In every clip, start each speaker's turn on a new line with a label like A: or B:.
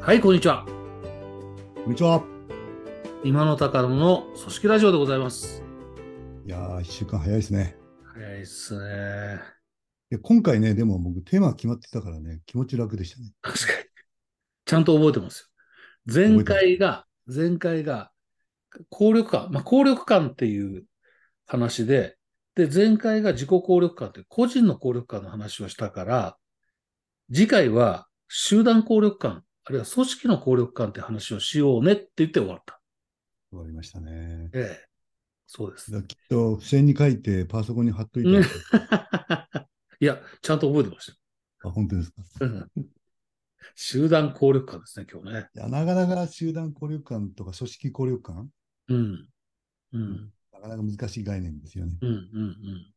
A: はい、こんにちは。
B: こんにちは。
A: 今の高野の組織ラジオでございます。
B: いやー、一週間早いですね。
A: 早いっすね。
B: いや今回ね、でも僕、テーマ決まってたからね、気持ち楽でしたね。
A: 確かに。ちゃんと覚えてますよ。前回が、前回が、効力感、まあ、効力感っていう話で、で、前回が自己効力感って、個人の効力感の話をしたから、次回は集団効力感、あるいは組織の効力感って話をしようねって言って終わった。
B: 終わりましたね。
A: ええ。そうです。
B: だからきっと、付箋に書いて、パソコンに貼っといて、
A: うん いや、ちゃんと覚えてましたよ
B: あ、本当ですか。
A: うん集団効力感ですね、今日ね。
B: いや、なかなか集団交流感とか組織交流感、
A: うん。うん。
B: なかなか難しい概念ですよね。
A: うん。うん。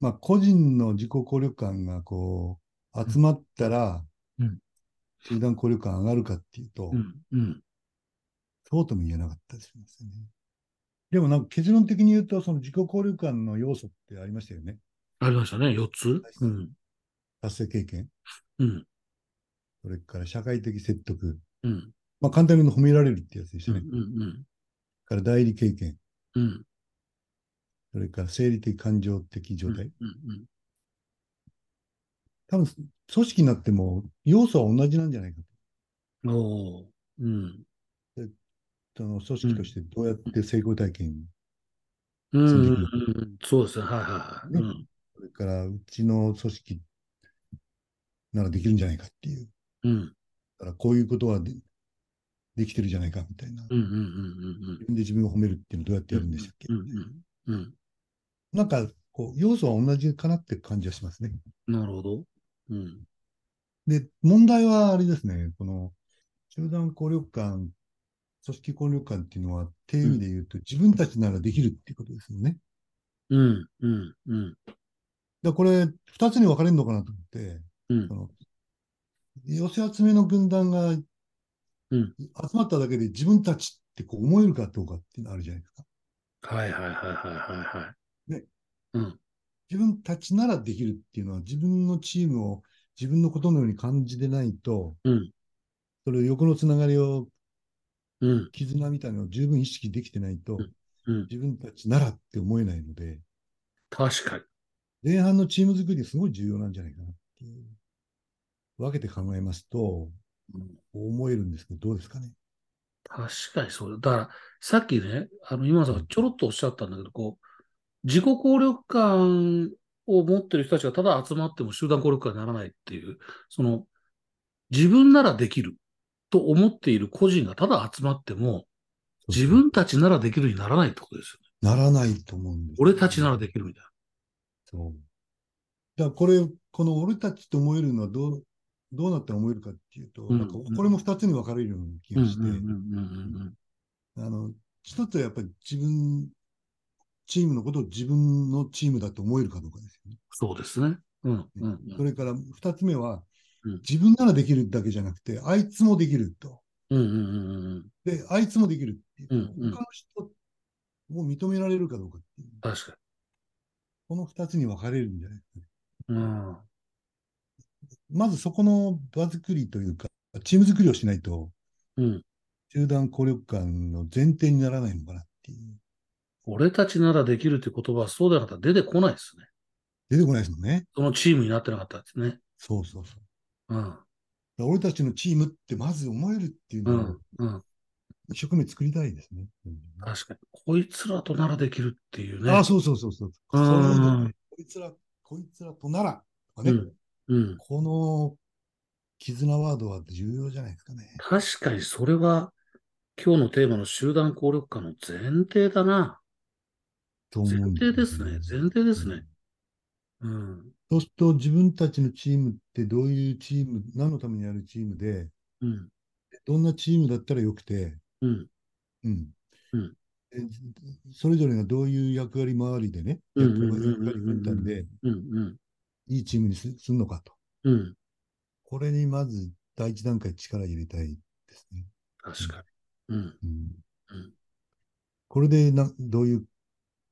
B: まあ、個人の自己交流感がこう、集まったら、
A: うん
B: 集団交流感上がるかっていうと、
A: うん。うん。
B: そうとも言えなかったりしますよね。でもなんか結論的に言うと、その自己交流感の要素ってありましたよね。
A: ありましたね、4つ。うん。
B: 達成経験、
A: うん。
B: それから社会的説得、
A: うん。
B: まあ、簡単に言うと褒められるってやつでし
A: う
B: た
A: ん。う
B: ね。
A: ん。
B: それから代理経験、
A: うん。うん。
B: それから生理的感情的状態。
A: うん。
B: 多分、組織になっても要素は同じなんじゃないか
A: うん。おーうん。
B: と。その組織としてどうやって成功体験、
A: うん。うんうんそうですね、はいはいはい。うん。
B: それからうちの組織ならできるんじゃないかっていう。
A: うん。
B: だからこういうことはでできてるじゃないかみたいな。
A: うん。うん。うん。
B: 自分で自分を褒めるっていうのどうやってやるんでしたっけ、
A: うん。うん。うん。
B: なんか、こう、要素は同じかなって感じはしますね。
A: なるほど。うん。
B: で、問題はあれですね、この集団効力感、組織効力感っていうのは、定義で言うと、自分たちならできるっていうことですよね。
A: うん。うん。うん。
B: だからこれ、二つに分かれるのかなと思って、
A: うん
B: そ。の寄せ集めの軍団が、
A: ん
B: 集まっただけで自分たちってこう思えるかどうかっていうのあるじゃないですか。
A: はいはいはいはいはいはい。
B: ね。
A: うん。
B: 自分たちならできるっていうのは、自分のチームを自分のことのように感じてないと、
A: うん。
B: それを横のつながりを、
A: うん。
B: 絆みたいなのを十分意識できてないと、
A: うん。
B: 自分たちならって思えないので、
A: 確かに。
B: 前半のチーム作りすごい重要なんじゃないかなっていう。分けて考えますと、思えるんですけど、どうですかね。
A: 確かにそうだ。だから、さっきね、あの、今田さんがちょろっとおっしゃったんだけど、こう、自己効力感を持ってる人たちがただ集まっても集団効力感にならないっていう、その、自分ならできると思っている個人がただ集まっても、自分たちならできるにならないってことですよね。
B: ならないと思うんです。
A: 俺たちならできるみたい
B: そう。だからこれ、この俺たちと思えるのはどう、どうなったら思えるかっていうと、
A: うん
B: なんかこれも二つに分かれるような気
A: な。
B: がして、
A: うんうんうんうん
B: あの、一つはやっぱり自分、チームのことを自分のチームだと思えるかどうかですよね。
A: そうですね。うんうんうん
B: それから二つ目は、
A: うん
B: 自分ならできるだけじゃなくて、あいつもできると。
A: うんうんうんうんうん。
B: で、あいつもできるっていう。
A: うんうん
B: 他の人も認められるかどうかっていう。
A: 確か
B: この二つに分かれるんじゃないですかね。
A: に。うん。
B: まずそこの場作りというか、チーム作りをしないと、
A: うん。
B: 集団効力感の前提にならないのかなっていう。
A: 俺たちならできるって言葉はそうでなかったら出てこないですね。
B: 出てこないですもんね。
A: そのチームになってなかったんですね。
B: そうそうそう。
A: うん。
B: だから俺たちのチームってまず思えるっていう
A: う
B: のを
A: ん。うん。
B: 一生懸命作りたいですね。
A: 確かに。こいつらとならできるっていうね。
B: ああ、そうそうそうそう。
A: うん
B: それをねこいつら、こいつらとなら、とかね、
A: うんうん。
B: この絆ワードは重要じゃないですかね。
A: 確かにそれは、今日のテーマの集団効力化の前提だな。
B: と
A: 前
B: 思うん
A: 提です
B: よ
A: ね。前提です
B: う
A: ね
B: ん。
A: うん。
B: そうすると自分たちのチームってどういうチーム、何のためにあるチームで、
A: うん。
B: どんなチームだったらよくて、
A: うん。
B: うん。
A: うん
B: えそれぞれがどういう役割周りでね、
A: うん
B: 役
A: うんうんうんうん
B: 割分担で、
A: うん。うん。
B: いいチームにすするのかと。
A: うん。
B: これにまず第一段階力入れたいですね。
A: 確かに。うん。
B: うん
A: うん
B: これでなどういう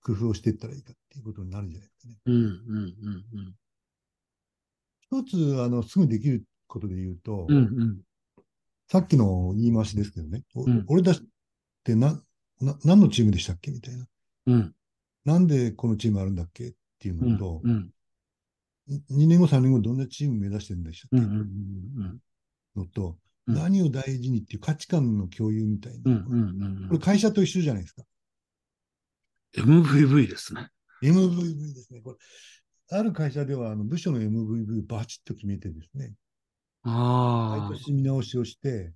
B: 工夫をしていったらいいかっていうことになるんじゃないですかね。
A: うん。うん。
B: 一つ、あの、すぐできることで言うと、
A: うん。うん。うん。
B: さっきの言い回しですけどね、お
A: うん
B: 俺たちってな、な、何のチームでしたっけみたいな。
A: うん。
B: なんでこのチームあるんだっけっていう
A: うん。
B: のと、
A: うん。
B: 2年後、3年後どんなチーム目指してるんでした
A: うん。
B: っ
A: う
B: け、
A: ん。
B: のと、
A: うん
B: 何を大事にっていう価値観の共有みたい
A: うん。う
B: な。
A: ん。うん
B: これ。会社と一緒じゃないですか。
A: MVV ですね。
B: MVV ですね。これ、ある会社では、あの、部署の MVV バチッと決めてですね、毎
A: ああ。
B: 年見直しをして、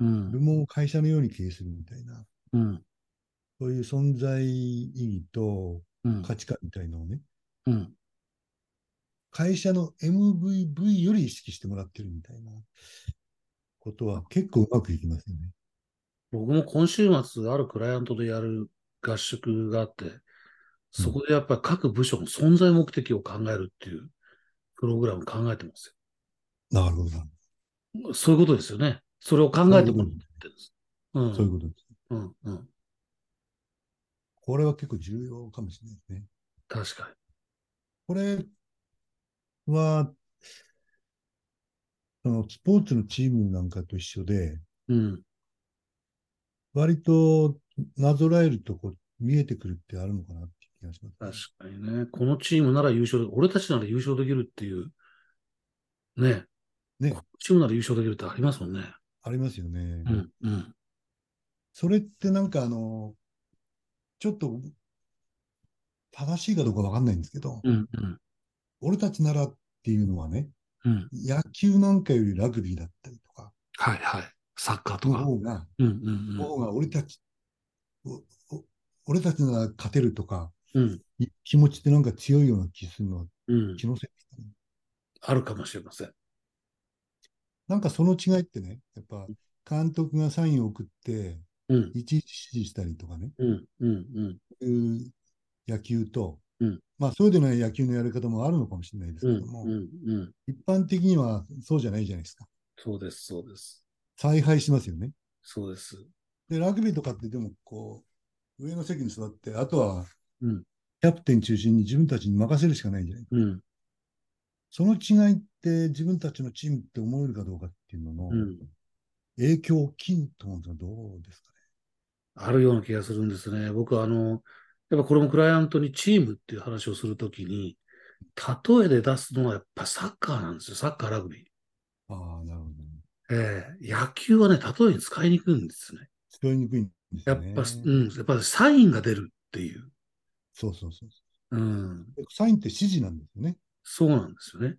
A: うん
B: 部。門を会社のように経営するみたいな、
A: うん。
B: そういう存在意義と
A: うん。
B: 価値観みたいなのをね、
A: うん。
B: 会社の MVV より意識してもらってるみたいなことは結構うまくいきますよね。
A: 僕も今週末、あるクライアントでやる合宿があって、そこでやっぱり各部署の存在目的を考えるっていうプログラム考えてます
B: なるほどな。
A: よ。そういうことですよね。それを考えてもらってるんです。うん。
B: そういうことです。
A: うん。うん。
B: これは結構重要かもしれないですね。
A: 確か
B: これは、そのスポーツのチームなんかと一緒で、
A: に。うん。
B: 割となぞらえるとこう見えてくるってあるのかなって気がします、
A: 確かにね。このチームなら優勝で、俺たちなら優勝できるっていう、ね。
B: ね
A: このチームなら優勝できるってありますもんね。
B: ありますよね。
A: うん。うん。
B: それってなんかあの、ちょっと正しいかどうかわかんないんですけど、
A: うん。うん。
B: 俺たちならっていうのはね、
A: うん。
B: 野球なんかよりラグビーだったりとか、
A: はいはい。サッカーと
B: の
A: か。
B: 方が、
A: うん。
B: の方が俺たち、おお俺たちなら勝てるとか、
A: うん。うん。
B: い気持ちってなんか強いような気するのは
A: うん。
B: 気のせいですかね。
A: あるかもしれません。
B: なんかその違いってね、やっぱ監督がサインを送って、
A: うん。
B: いちいち指示したりとかね、
A: うん。うん。うん。
B: いう野球と、
A: うん
B: まあそうでない野球のやり方もあるのかもしれないです
A: う
B: け
A: ん
B: ども、。
A: うん。うん。
B: 一般的にはそうじゃないじゃないですか。
A: そうです。そうです。
B: 采配しますよね。
A: そうです。
B: で、ラグビーとかってでもこう、上の席に座って、あとは
A: うん。
B: キャプテン中心に自分たちに任せるしかないじゃない。
A: うん。
B: その違いって自分たちのチームって思えるかどうかっていうのの
A: うん
B: 影響大きいと思うんですが、どうですかね。
A: あるような気がするんですね。僕はあの、やっぱこれもクライアントにチームっていう話をするときに、例えで出すのはやっぱサッカーなんですよ。サッカー、ラグビー。
B: ああ、なるほどね。
A: ええ野球はね、例えに使いにくいんですね。
B: 使いにくいんです
A: や
B: よ
A: っ
B: ね。
A: ぱ、うん、やっぱりサインが出るっていう。
B: そうそうそう。
A: うん、
B: サインって指示なんですよね。
A: そうなんですよね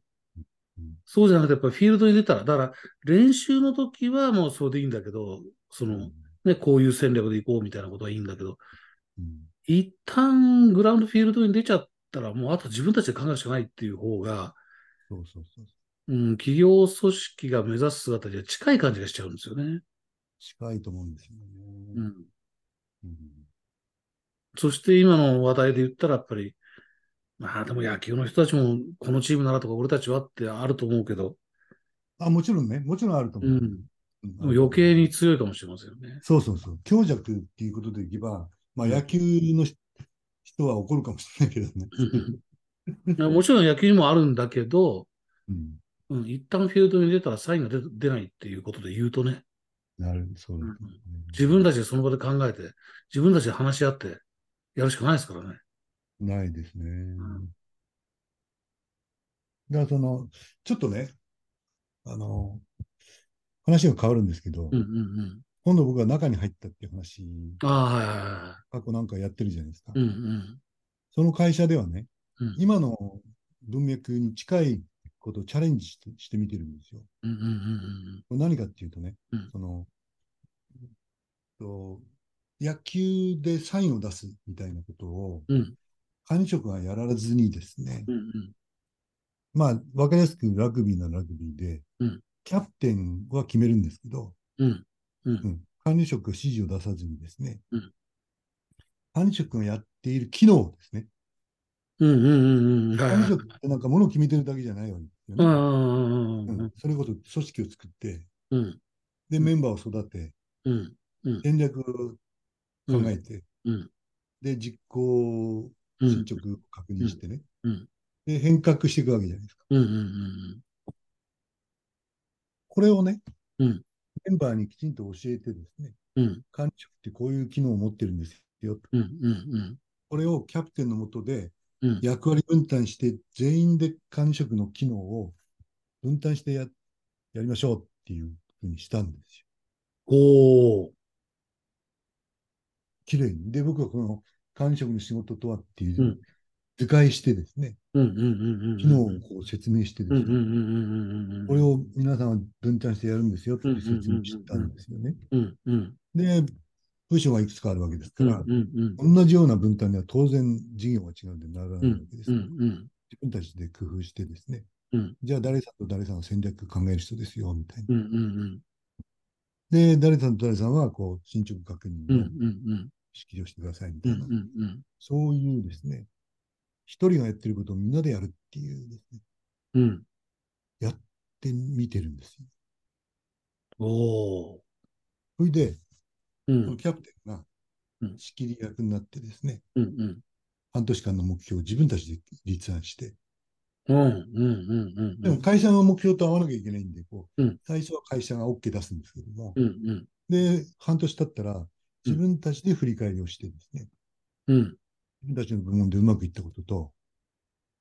B: うん。
A: そうじゃなくて、やっぱフィールドに出たら、だから練習の時はもうそれでいいんだけど、その、ね、こういう戦略でいこうみたいなことはいいんだけど、
B: うん
A: 一旦グラウンドフィールドに出ちゃったら、もうあと自分たちで考えるしかないっていう方が、
B: そうそうそう。
A: うん、企業組織が目指す姿には近い感じがしちゃうんですよね。
B: 近いと思うんですよね。
A: うん、
B: うん
A: そして今の話題で言ったら、やっぱり、まあでも野球の人たちも、このチームならとか、俺たちはってあると思うけど、
B: あ、もちろんね、もちろんあると
A: う
B: 思う。
A: ん、
B: うん
A: でも余計に強いかもしれませんよ ね。
B: そうそうそう。強弱っていうことでいけば、まあ野球のし人は怒るかもしれないけどね。
A: うんうんもちろん野球にもあるんだけど、
B: うん。
A: うん、一旦フィールドに出たらサインが出出ないっていうことで言うとね、
B: なる、そうだね
A: うん自分たちでその場で考えて、自分たちで話し合ってやるしかないですからね。
B: ないですね。
A: ん
B: だからその、ちょっとね、あの、話が変わるんですけ
A: う
B: ど、
A: んうんうん。
B: 今度僕が中に入ったっていう話、
A: ああ、はいはいは
B: 過去なんかやってるじゃないですか。
A: い。うんうん。
B: その会社ではね、
A: うん
B: 今の文脈に近いことをチャレンジしてしてみてるんですよ。
A: うんうんうん
B: これ何かっていうとね、
A: うん
B: その、うんと、野球でサインを出すみたいなことを、
A: うん。うん
B: 管理職がやらずにですね、
A: うんうん。
B: まあ、わかりやすくラグビーなラグビーで、
A: うん
B: キャプテンは決めるんですけど、
A: うんうん
B: うん管理職が指示を出さずにですね、
A: うん
B: 管理職がやっている機能ですね。
A: うんうんうん。はい
B: 管
A: は
B: 理
A: い
B: 職ってなんかものを決めてるだけじゃないわけですよ
A: う
B: ね。
A: んうんうん
B: うんそれこそ組織を作って、
A: うん
B: で、メンバーを育て、
A: うん
B: 戦略を
A: う
B: 考
A: ん
B: えて、
A: うん
B: で、実行
A: うん
B: 進捗を確認してね、
A: うん
B: で、変革していくわけじゃないですか。
A: うんうんうん
B: これをね、
A: うん
B: メンバーにきちんと教えてですね、
A: うん、
B: 管理職ってこういう機能を持ってるんですよ。
A: うん、うん、
B: これをキャプテンのもとで
A: うん
B: 役割分担して、全員で管理職の機能を分担してややりましょうっていうふうにしたんですよ。
A: おー、
B: 綺麗に。で、僕はこの管理職の仕事とはっていう、
A: うん
B: 図解してですね、
A: うん、うん、うん、うん。
B: 機能をこう説明してです
A: うん、うん、
B: ね、
A: うん、うん。
B: これ、を皆さんは分担してやるんですよって説明したんですよね。
A: うん、うん、
B: で、部署がいくつかあるわけです
A: う
B: か
A: ん、
B: ら、
A: うん、
B: 同じような分担では当然事業が違うんでならないわけです。
A: うん、うん、
B: 自分たちで工夫してですね、
A: うん
B: じゃあ誰さんと誰さんの戦略考える人ですよ、みたいな。
A: うん、うん、
B: で、誰さんと誰さんはこう進捗確認
A: うん、うん、う
B: の
A: ん、うん、
B: 指揮をしてください、みた
A: う
B: い
A: ん、う
B: な、
A: ん、うん。
B: そういうですね、一人がやってることをみんなでやるっていうですね、
A: うん。
B: やってみてるんですよ。
A: おー。
B: それで、
A: う
B: この
A: ん、
B: キャプテンが
A: うん
B: 仕切り役になってですね、
A: うん、うん。
B: 半年間の目標を自分たちで立案して、
A: うん、うん、うん、
B: でも会社の目標と合わなきゃいけないんで、こう、
A: うん
B: 最初は会社が OK 出すんですけども、
A: うん、うん、
B: で、半年経ったら、自分たちで振り返りをしてですね、
A: うん、
B: 自分たちの部門でうまくいったことと、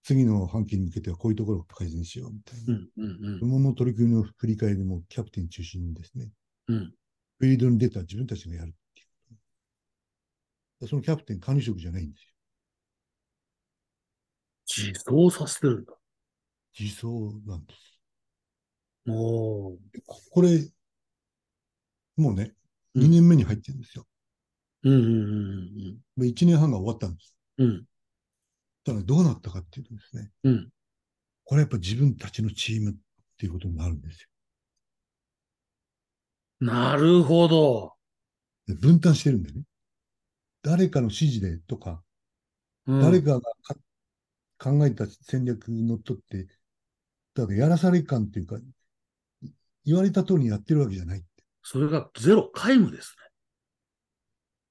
B: 次の半期に向けてはこういうところを改善しようみたいな。
A: うん、うん
B: 部、門の取り組みの振り返りもキャプテン中心にですね、
A: うん。
B: フィールドに出たら自分たちがやるっていう。そのキャプテン管理職じゃないんですよ。
A: 自走させてるんだ。
B: 自走なんです。
A: おー。
B: でここれ、もうね、
A: うん
B: 2年目に入ってるんですよ。
A: うん、うん、うん、
B: もう1年半が終わったんです。
A: うん、うん、
B: ただどうなったかっていうとですね、
A: うん。
B: これやっぱ自分たちのチームっていうことになるんですよ。
A: なるほど。
B: で分担してるんでね。誰かの指示でとか、
A: うん
B: 誰かがか考えた戦略にのっとって、だからやらされ感っていうか、い言われた通りにやってるわけじゃないって。
A: それがゼロ、皆無です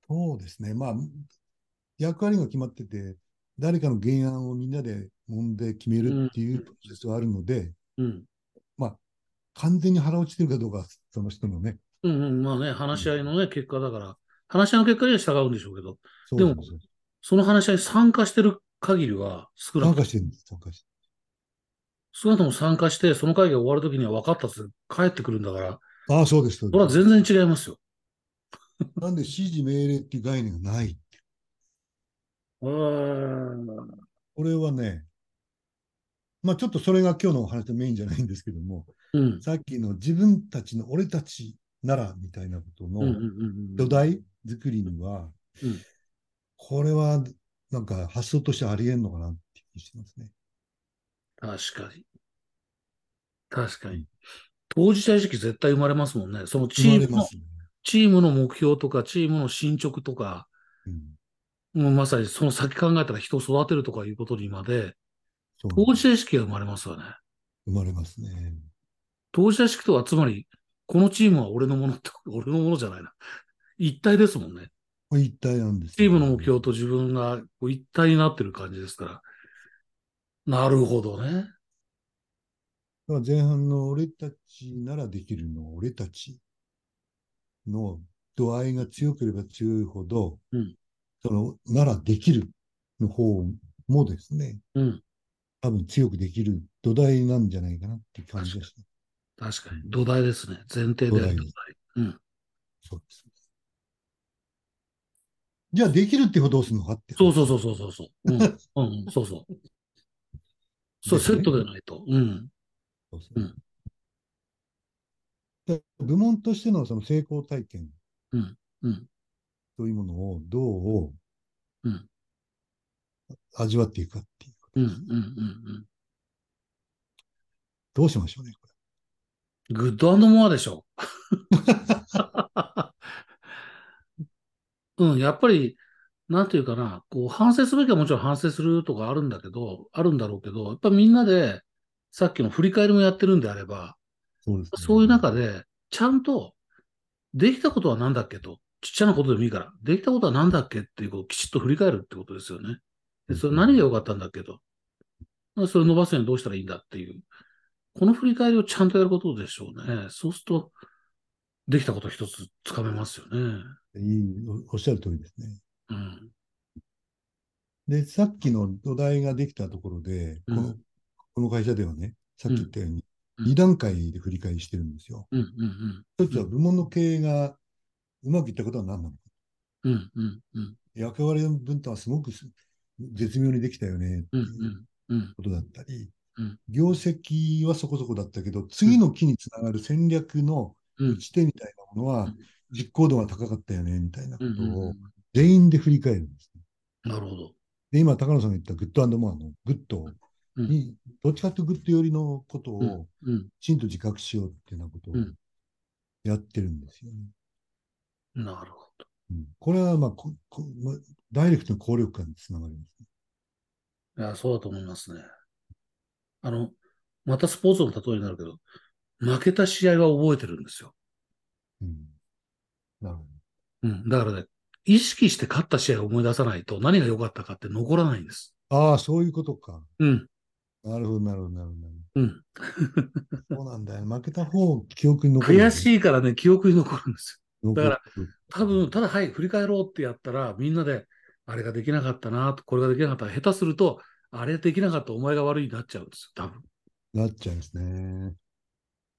B: そうですね。まあ、役割が決まってて、誰かの原案をみんなで揉んで決めるっていううんプロセスはあるので、
A: ね。うん。
B: 完全に腹落ちてるかどうかは、その人のね。
A: うんうん、まあね、話し合いのね、結果だから、話し合いの結果には従うんでしょうけど、
B: そう
A: で
B: そ
A: も
B: うそう。
A: その話し合いに参加してる限りは、少な
B: 参
A: く
B: 加してるんです、参加して。
A: 少なくとも参加して、その会議が終わるときには分かったっつって帰ってくるんだから、
B: ああ、そうです、そ
A: それ
B: うで
A: は
B: す。
A: 全然違いますよ。
B: なんで指示命令っていう概念がない。
A: うーん。
B: これはね、まあちょっとそれが今日のお話のメインじゃないんですけども、
A: うん。
B: さっきの自分たちの俺たちならみたいなこと
A: うんうんう
B: の
A: んう
B: 土
A: ん。
B: 台作りには、
A: うん
B: これはなんか発想としてありえんのかなって気がしますね。
A: 確かに。確かに。当事者意識絶対生まれますもんね。そのチーム
B: 生まれ
A: の
B: ま、すね。
A: チームの目標とか、チームの進捗とか、
B: うん、
A: もうまさにその先考えたら人を育てるとかいうことにまで、
B: そう
A: 当事者意識が生まれますよね。
B: 生まれますね。
A: 当事者意識とは、つまり、このチームは俺のものと、 俺のものじゃないな。一体ですもんね。
B: これ一体なんです
A: チー
B: よ。
A: ムの目標と自分がこう一体になってる感じですから。なるほどね。
B: だから前半の俺たちならできるの俺たちの度合いが強ければ強いほど、
A: うん
B: そのならできるの方もですね、
A: うん。
B: 多分強くできる土台なんじゃないかなっていう感じですね。
A: 確かに。土台ですね。前提である
B: 土
A: 土
B: 台です
A: 台。うん。
B: そうです。じゃあできるってことをどうするのかって。
A: そうそう
B: う。
A: そうそうそうそう。うん。うん、そうそう。そう、
B: です
A: セ
B: ね
A: ットでないと。うん。
B: そうそううんだから部門としてのその成功体験
A: うん。
B: というものをどう
A: うん
B: 味わっていくかっていう。
A: うん。うん。うん。
B: どうしましょうね、こ
A: うん。グッドモアでしょ。うん、やっぱり、なんていうかな、こう、反省すべきはもちろん反省するとかあるんだけど、あるんだろうけど、やっぱみんなで、さっきの振り返りもやってるんであれば、
B: れ。そうですね
A: そういう中で、ちゃんと、できたことは何だっけと、ちっちゃなことでもいいから、できたことは何だっけっていうことをきちっと振り返るってことですよね。で、それ何が良かったんだっけと。それを伸ばすにはどうしたらいいんだっていう。この振り返りをちゃんとやることでしょうね。そうすると、できたこと一つつかめますよね。
B: いいおおっしゃる通りですね。
A: うん。
B: で、さっきの土台ができたところで、こ
A: う
B: の
A: ん
B: この会社ではね、さっき言ったように、
A: うん
B: 2段階で振り返りしてるんですよ。
A: うんうん
B: 一つは部門の経営がうまくいったことは何なのか。
A: うん。うんうんうん。
B: 役割の分担はすごくす絶妙にできたよねって
A: う
B: い
A: ん
B: う
A: うんうん。
B: ことだったり
A: うん、
B: 業績はそこそこだったけど、次の期につながる戦略の
A: うん
B: 打ち手みたいなもの
A: う
B: は
A: ん、
B: 実行度が高かったよねみたいなこ
A: うん
B: と
A: うんう
B: を
A: ん
B: 全員で振り返るんですね。
A: なるほど。
B: で、今、高野さんが言ったグッドモアのグッド
A: うん
B: に、どっちかというとグッド寄りのことを
A: うん。
B: きちんと自覚しようっていうようなことを
A: うん
B: やってるんですよね。
A: なるほど。
B: うんこれは、まあここまあ、ダイレクトの効力感につながりますね。
A: いや、そうだと思いますね。あの、またスポーツの例えになるけど、負けた試合は覚えてるんですよ。
B: うん、なるほど。
A: うん。だからね、意識して勝った試合を思い出さないと何が良かったかって残らないんです。
B: ああ、そういうことか。
A: うん。
B: なるほど、なるほど、なるほどなる
A: うん。
B: ほど。そうなんだよ。負けた方、記憶に残る、
A: 悔しいからね、記憶に残るんです
B: い
A: だから、よ。多分、ただはい、振り返ろうってやったら、みんなで、あれができなかったな、これができなかったら、下手すると、あれできなかったお前が悪いになっちゃうんですよ、多分。
B: なっちゃうんですね。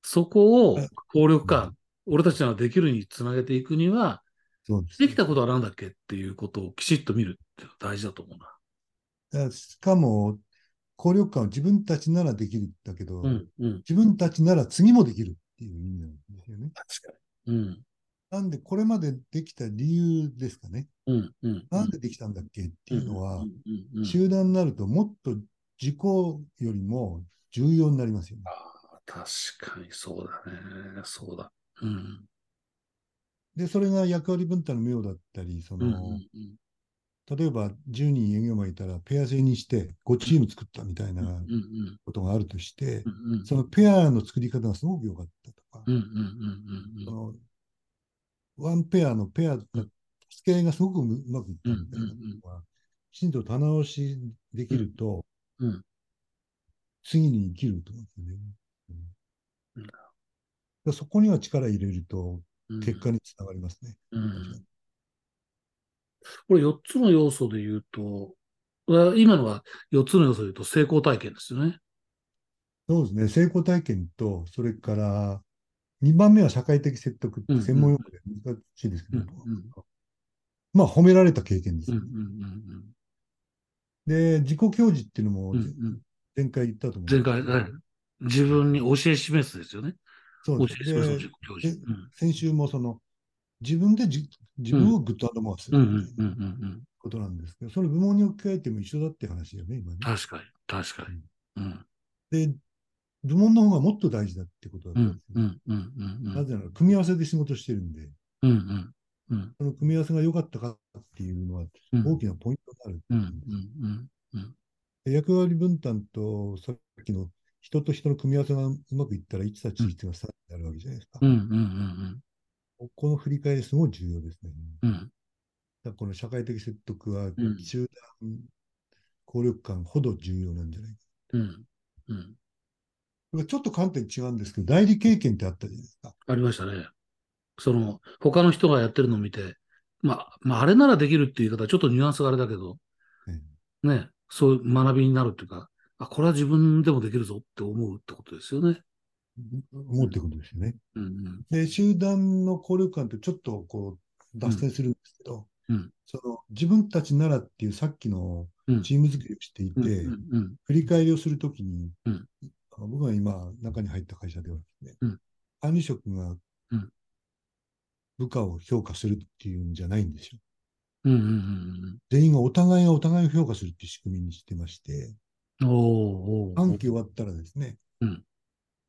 A: そこを
B: え、
A: 効力感、俺たちのできるにつなげていくには、
B: そうです、
A: で
B: ね。
A: きたことは何だっけっていうことをきちっと見るっていうのは大事だと思うな。
B: だからしかも、効力感を自分たちならできるんだけど、
A: うん、うん。
B: 自分たちなら次もできるっていう意味なんですよね。
A: 確かに。うん、
B: なんで、これまでできた理由ですかね。
A: うん、うん。
B: なんでできたんだっけっていうのは、
A: うん、うん、うん。
B: 集団になるともっと自己よりも重要になりますよね。
A: あー確かにそうだね。そうだ。うん。
B: で、それが役割分担の妙だったり、そ
A: うん、うん
B: の、
A: うん
B: 例えば10人営業マンいたらペア制にして5チーム作ったみたい
A: うん、うん
B: な、
A: うん
B: ことがあるとして
A: う、んうん。
B: そのペアの作り方がすごく良かったとか
A: う、ん、うん、うん、うん
B: そのワンペアのペアが、付き合いがすごくうまくいったみたいなことが、きちんと棚卸しできると、
A: うんうん
B: 次に生きると思うんですよね。
A: うん
B: だからそこには力入れると、
A: うん。
B: 結果につながりますね。
A: うん。これ4つの要素で言うと、あ今のは4つの要素で言うと成功体験ですよね。
B: そうですね、成功体験と、それから、2番目は社会的説得っ
A: うんう
B: て
A: ん
B: 専門用語で難しいですけ
A: うん、
B: ど、
A: うん、
B: まあ褒められた経験です
A: うん、うん、う
B: ね。
A: ん
B: で、自己教示っていうのも
A: うん。うん、うん。
B: 前回言ったと思うんです
A: 前
B: けど。
A: 回、はい自分に教え示すですよね。
B: そう
A: 教
B: で
A: え示すの
B: す
A: 自
B: で
A: 己教示。うん
B: 先週もその、自分でじ自分をグッドアドモアす
A: う
B: る
A: ん
B: み
A: うん
B: た
A: う
B: い
A: んう
B: なん
A: うん。
B: ことなんですけど、その部門に置き換えても一緒だって話だよね、今ね。
A: 確かに、確かに。うん
B: で、部門の方がもっと大事だってことだ
A: う
B: ったん
A: ん
B: です
A: う
B: ね。
A: んうんうんうん
B: なぜなら、組み合わせで仕事してるんで、
A: うんうんうん
B: その組み合わせが良かったかっていうのは
A: うん
B: 大きなポイントに
A: うんう
B: なる
A: んうん
B: で役割分担と、さっきの人と人の組み合わせがうまくいったら、1たち1が3になるわけじゃないですか
A: うんうんう。んうん
B: ここの振り返りすごい重要ですね。
A: うん
B: だからこの社会的説得は
A: ん
B: 集団効力感ほど重要なんじゃないか。
A: うんうん
B: これちょっと観点違うんですけど、代理経験ってあったじゃないですか。
A: ありましたね。その、他の人がやってるのを見て、まあ、まあ、あれならできるっていう言い方はちょっとニュアンスがあれだけど、
B: うん
A: ね、そういう学びになるっていうか、あ、これは自分でもできるぞって思うってことですよね。
B: 思うってことですよね。
A: うんうん
B: で、集団の効力感ってちょっとこう脱線するんですけど、
A: うんうん
B: その自分たちならっていうさっきの
A: うん
B: チーム作りをしていて、
A: うんうんうん
B: 振り返りをするときに、
A: うん
B: あの僕が今中に入った会社ではですね、
A: うん
B: 管理職が
A: うん
B: 部下を評価するっていうんじゃないんですよ。
A: うんうんうん
B: 全員がお互いがお互いを評価するっていう仕組みにしてまして、
A: うんおーおー
B: 半期終わったらですね、
A: うん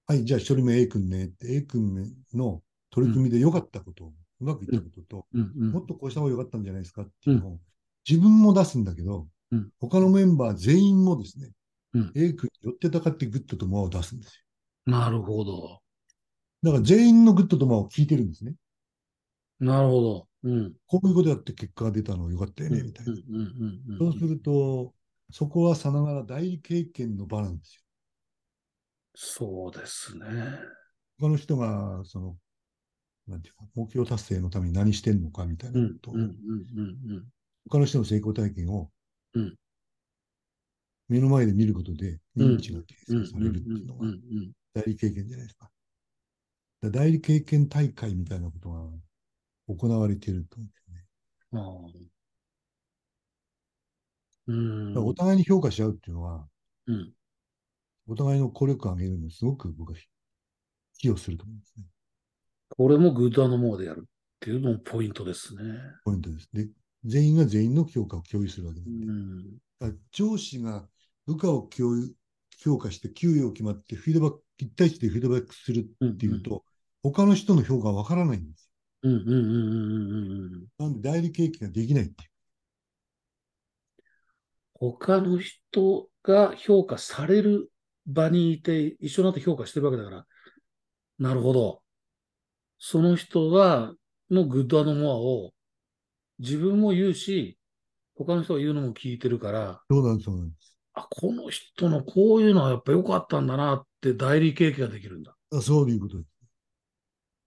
B: はい、じゃあ一人目 A 君ねって A 君の取り組みで良かったこと、うまくいったことと、
A: うんうん
B: もっとこうした方が良かったんじゃないですかっていうのを、自分も出すんだけど、
A: うん
B: 他のメンバー全員もですね、
A: うん
B: A 君に寄ってたかってグッドとモアを出すんです
A: なるほど。
B: よ。だから全員のグッドとモアを聞いてるんですね。
A: なるほど。うん。
B: こういうことやって結果が出たの良かったよね、みたいな。
A: うんうんうん
B: そううんすると、そこはさながら代理経験の場なんですよ。
A: そうですね。
B: 他の人がそのなんていうか、目標達成のために何してんのかみたいな
A: うん
B: こ、とを、
A: うん、うん、うん、
B: 他の人の成功体験を、
A: うん
B: 目の前で見ることで
A: うん
B: 認知が
A: うん、う
B: 形
A: ん
B: 成されるっていうの
A: うん、うん、
B: が
A: うん。
B: 代理経験じゃないですか。だから代理経験大会みたいなことが行われていると思うんですよね。
A: ああ。うん。
B: だからお互いに評価し合うっていうのは、
A: うん。
B: お互いの効力を上げるのにすごく僕は寄与すると思うんですね。
A: これもグッドアノモーでやるっていうのもポイントですね。
B: ポイントです。で、全員が全員の評価を共有するわけな
A: うん
B: で。
A: ん。
B: だから上司が部下を共有評価して給与を決まってフィードバック、一対一でフィードバックする
A: うん。
B: っていうと、他の人の評価はわからないんです
A: うん、うん、うん、うん、うん、うんうん。
B: よ。なんで代理経験ができないっていう。
A: 他の人が評価される場にいて、一緒になって評価してるわけだから、なるほど。その人が、のグッドアノモアを自分も言うし、他の人が言うのも聞いてるから、
B: そうなんです、そうなんです。
A: あ、この人のこういうのはやっぱ良かったんだなって代理経験ができるんだ。
B: あそういうことです。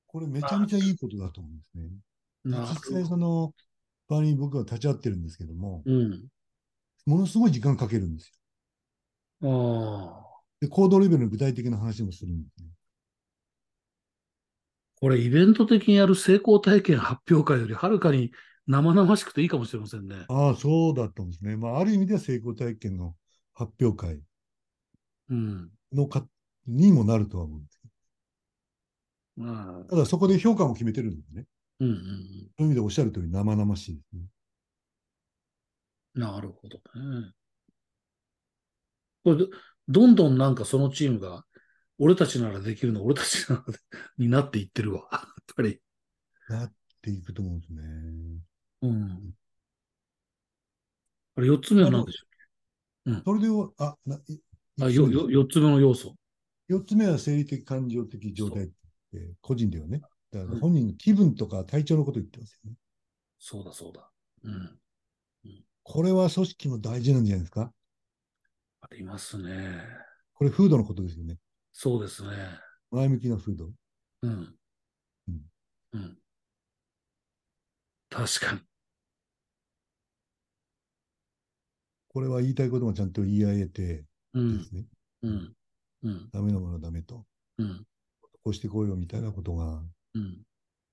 B: これめちゃめちゃいいことだと思うんですね。
A: なる
B: 実際その場に僕は立ち会ってるんですけども、
A: うん。
B: ものすごい時間かけるんですよ。
A: ああ。
B: で、行動レベルの具体的な話もするんですね。
A: これ、イベント的にやる成功体験発表会よりはるかに生々しくていいかもしれませんね。
B: ああ、そうだったんですね。まあ、ある意味では成功体験の発表会
A: うん。
B: のかにもなるとは思うんですけ
A: まあ
B: ど。ただそこで評価も決めてるんですね。
A: うんうん
B: そういう意味でおっしゃる通り生々しいですね。
A: うん。なるほどね。これ、どどんどんなんかそのチームが、俺たちならできるの、俺たちならでになっていってるわ。やっぱり。
B: なっていくと思うんですね。
A: うん。あれ、4つ目は何でしょ
B: それでお、あ、な、いう
A: あ、よ、
B: いくつ目です
A: よ、4つ目の要素。
B: 四つ目は生理的、感情的状態って言って、個人ではね。だか
A: う
B: ら
A: ん
B: 本人の気分とか体調のこと言ってますよね。
A: そうだ、そうだ。うん。
B: これは組織も大事なんじゃないですか
A: ありますね。
B: これ、風土のことですよね。
A: そうですね。
B: 前向きな風土。
A: うん。
B: うん
A: うん。確かに。
B: これは言いたいこともちゃんと言い合えて
A: う
B: で
A: ん。
B: すね。
A: うん。うん。
B: ダメなものはダメと。
A: うん。
B: こうしてこうよみたいなことが、
A: うん。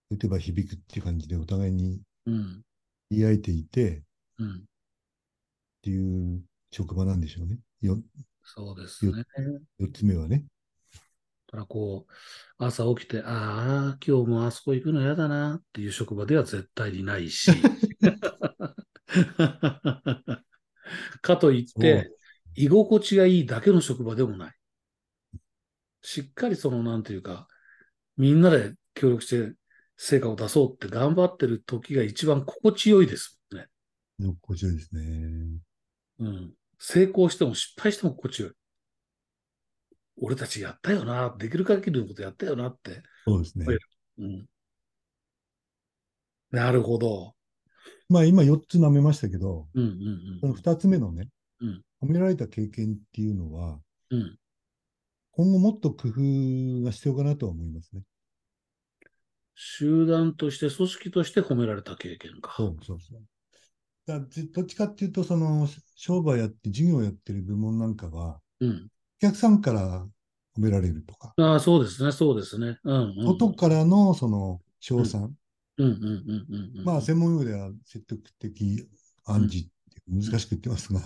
B: 打てば響くっていう感じでお互いに
A: うん。
B: 言い合えていてっ
A: うん。
B: ていう職場なんでしょうね。よ
A: そうですね。
B: 四つ目はね。
A: だからこう、朝起きて、ああ、今日もあそこ行くの嫌だなっていう職場では絶対にないし。 かといっ
B: そう
A: て、居心地がいいだけの職場でもない。しっかりその、なんていうか、みんなで協力して成果を出そうって頑張ってる時が一番心地よいですもんね。
B: こちらですね。
A: うん。成功しても失敗しても心地よい。俺たちやったよな、できる限りのことやったよなって。
B: そうですね
A: は。いうん。なるほど。
B: まあ今4つ舐めましたけど、
A: うん
B: その2つ目のね、
A: うん
B: 褒められた経験っていうのは、
A: うんうん。うん。
B: 今後もっと工夫が必要かなとは思いますね。
A: 集団として、組織として褒められた経験か。
B: そうそうそう。だからどっちかっていうと、その商売やって事業やってる部門なんかは、
A: うん。
B: お客さんから褒められるとか、
A: ああ、そうですね、そうですね。うん、うん。
B: 外からのその賞賛、
A: うんうんうんうんうん。
B: まあ専門用語では積極的暗示って難しく言ってますが、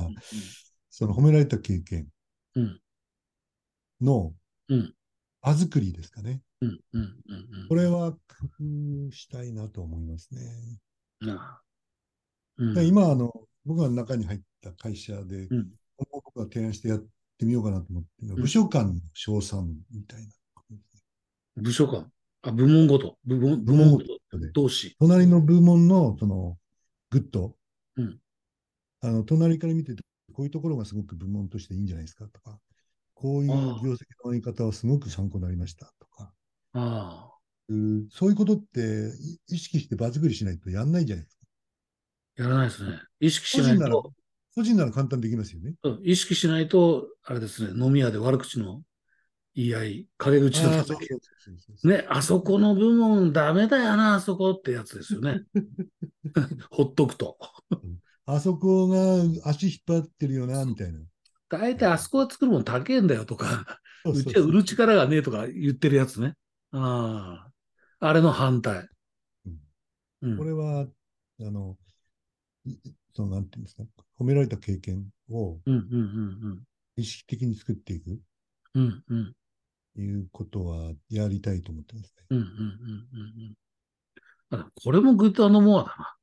B: その褒められた経験
A: うん
B: の
A: うん
B: 場作りですかね。
A: うんうんうんうん。
B: これは工夫したいなと思いますね。
A: なあ。うん
B: だから今あの、僕が中に入った会社で、
A: うん
B: 今後僕が提案してやってみようかなと思ってるのは、
A: うん
B: 部署間の賞賛みたいなことですね。
A: 部署間。あ、部門ごと。部門、部
B: 部門
A: 門
B: ご
A: ごと。
B: で
A: 同士。
B: 隣の部門の、その、グッド。
A: うん
B: あの、隣から見てて、こういうところがすごく部門としていいんじゃないですかとか、こういう
A: ああ
B: 業績の上げ方はすごく参考になりましたとか、
A: ああ。
B: うんそういうことってい意識して場作りしないとやんないじゃないですか。
A: やらないですね。意識しな
B: 個人
A: い
B: なら
A: と、、
B: 個人なら簡単にできますよね。
A: うん意識しないと、あれですね、飲み屋で悪口の言い合い、陰口
B: あ
A: の
B: あそう
A: 叩
B: そうそうそう
A: き。ね、あそこの部門ダメだよな、あそこってやつですよ ね。ほっとくと。
B: あそこが足引っ張ってるよな、みたいな。
A: 大体あそこは作るもん高えんだよとか、
B: そううそう
A: ちは売る力がねえとか言ってるやつね。ああ。あれの反対。
B: うん
A: うん
B: これは、あの、いその、なんていうんですか、褒められた経験を
A: うんうんうん
B: 意識的に作っていく
A: うん。うんうん
B: いうことはやりたいと思ってます ね。
A: うんうんうんうんうんあ。これもグッドアンドモアだな。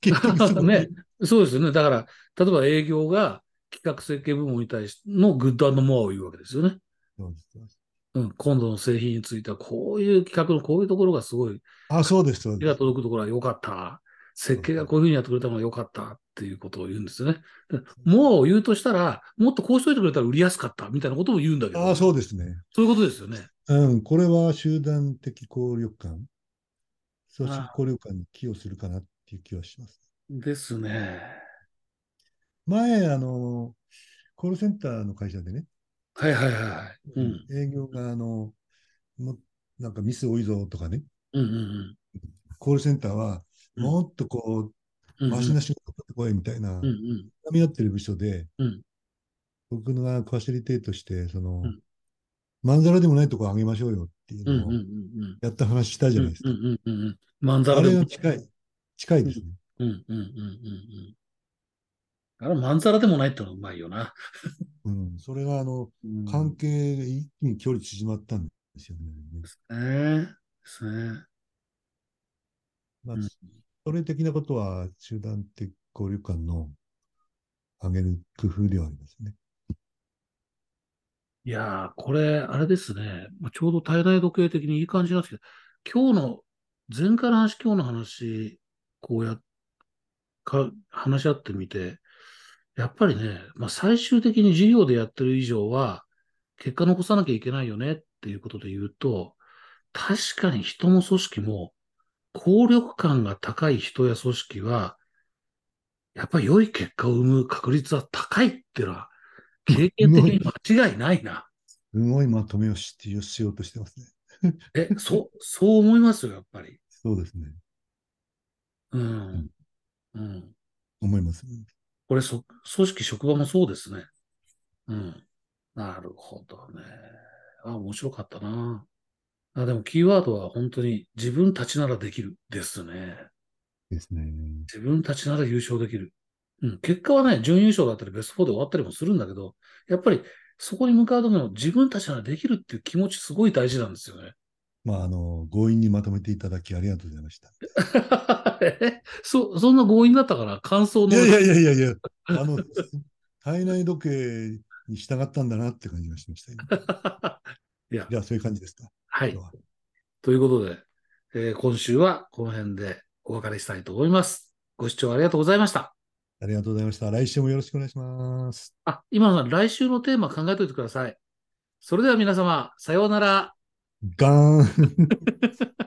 B: 結局そこに
A: ね、そうですよね。だから、例えば営業が企画設計部門に対してのグッドアンドモアを言うわけですよね。
B: そうですそうです
A: うん、今度の製品については、こういう企画のこういうところがすごい、
B: あ、そうです、そう
A: 手
B: で
A: が
B: す。
A: 届くところは良かった。設計がこういうふうにやってくれたのが良かったっていうことを言うんですよね。でもう言うとしたら、もっとこうしといてくれたら売りやすかったみたいなことも言うんだけど、
B: あ、そうですね。
A: そういうことですよね。
B: うん、これは集団的効力感、組
A: あ
B: 織効力感に寄与するかなっていう気はします。
A: ですね。
B: 前、あの、コールセンターの会社でね、
A: はいはいはいはい。うん。
B: 営業が、あの、もうなんかミス多いぞとかね、
A: うんうん
B: コールセンターは、
A: うん
B: もっとこ
A: うん。
B: う、
A: うんう
B: マ
A: ん
B: シな仕事取ってこいみたいな、
A: うんうん。
B: 絡み合ってる部署で、
A: うん
B: 僕がファシリテートして、その、
A: うん
B: まんざらでもないとこあげましょうよっていう
A: うんうん
B: のを
A: うんうん。
B: やった話したじゃないですか。
A: うんうんうんうん。まんざ
B: あ
A: ら
B: れ
A: でも
B: が。近い、近いですね。
A: うんうんうんうんうん。あれ、まんざらでもないってのがうまいよな。
B: うん。それが、あの、
A: うん
B: 関係が一気に距離縮まったんですよね。
A: ねですね。
B: まあ
A: うん、
B: それ的なことは、集団的交流感の上げる工夫ではありますね。
A: いやー、これ、あれですね。まあ、ちょうど体内時計的にいい感じなんですけど、今日の、前回の話、今日の話、こうやっ、か、話し合ってみて、やっぱりね、まあ、最終的に授業でやってる以上は、結果残さなきゃいけないよねっていうことで言うと、確かに人も組織も、効力感が高い人や組織は、やっぱり良い結果を生む確率は高いっていうのは、経験的に間違いないな。
B: すごいまとめをししようとしてますね。
A: え、そう、そう思いますよ、やっぱり。
B: そうですね。
A: うん。うん。
B: 思いますね。
A: これ、そ、組織、職場もそうですね。うん。なるほどね。あ、面白かったな。あ、でも、キーワードは本当に自分たちならできるですね。
B: ですね。
A: 自分たちなら優勝できる。うん。結果はね、準優勝だったりベスト4で終わったりもするんだけど、やっぱりそこに向かう時の自分たちならできるっていう気持ちすごい大事なんですよね。
B: まあ、あの、強引にまとめていただきありがとうございました。
A: えそ、そんな強引だったから感想の。
B: いやいやいやいやいや、あの、 体内時計に従ったんだなって感じがしました。今
A: いや
B: じ、ゃあ、そういう感じですか。
A: はい
B: 今日は。
A: ということで、えー今週はこの辺でお別れしたいと思います。ご視聴ありがとうございました。
B: ありがとうございました。来週もよろしくお願いします。
A: あ、今のは来週のテーマ考えておいてください。それでは皆様、さようなら。
B: ガーン。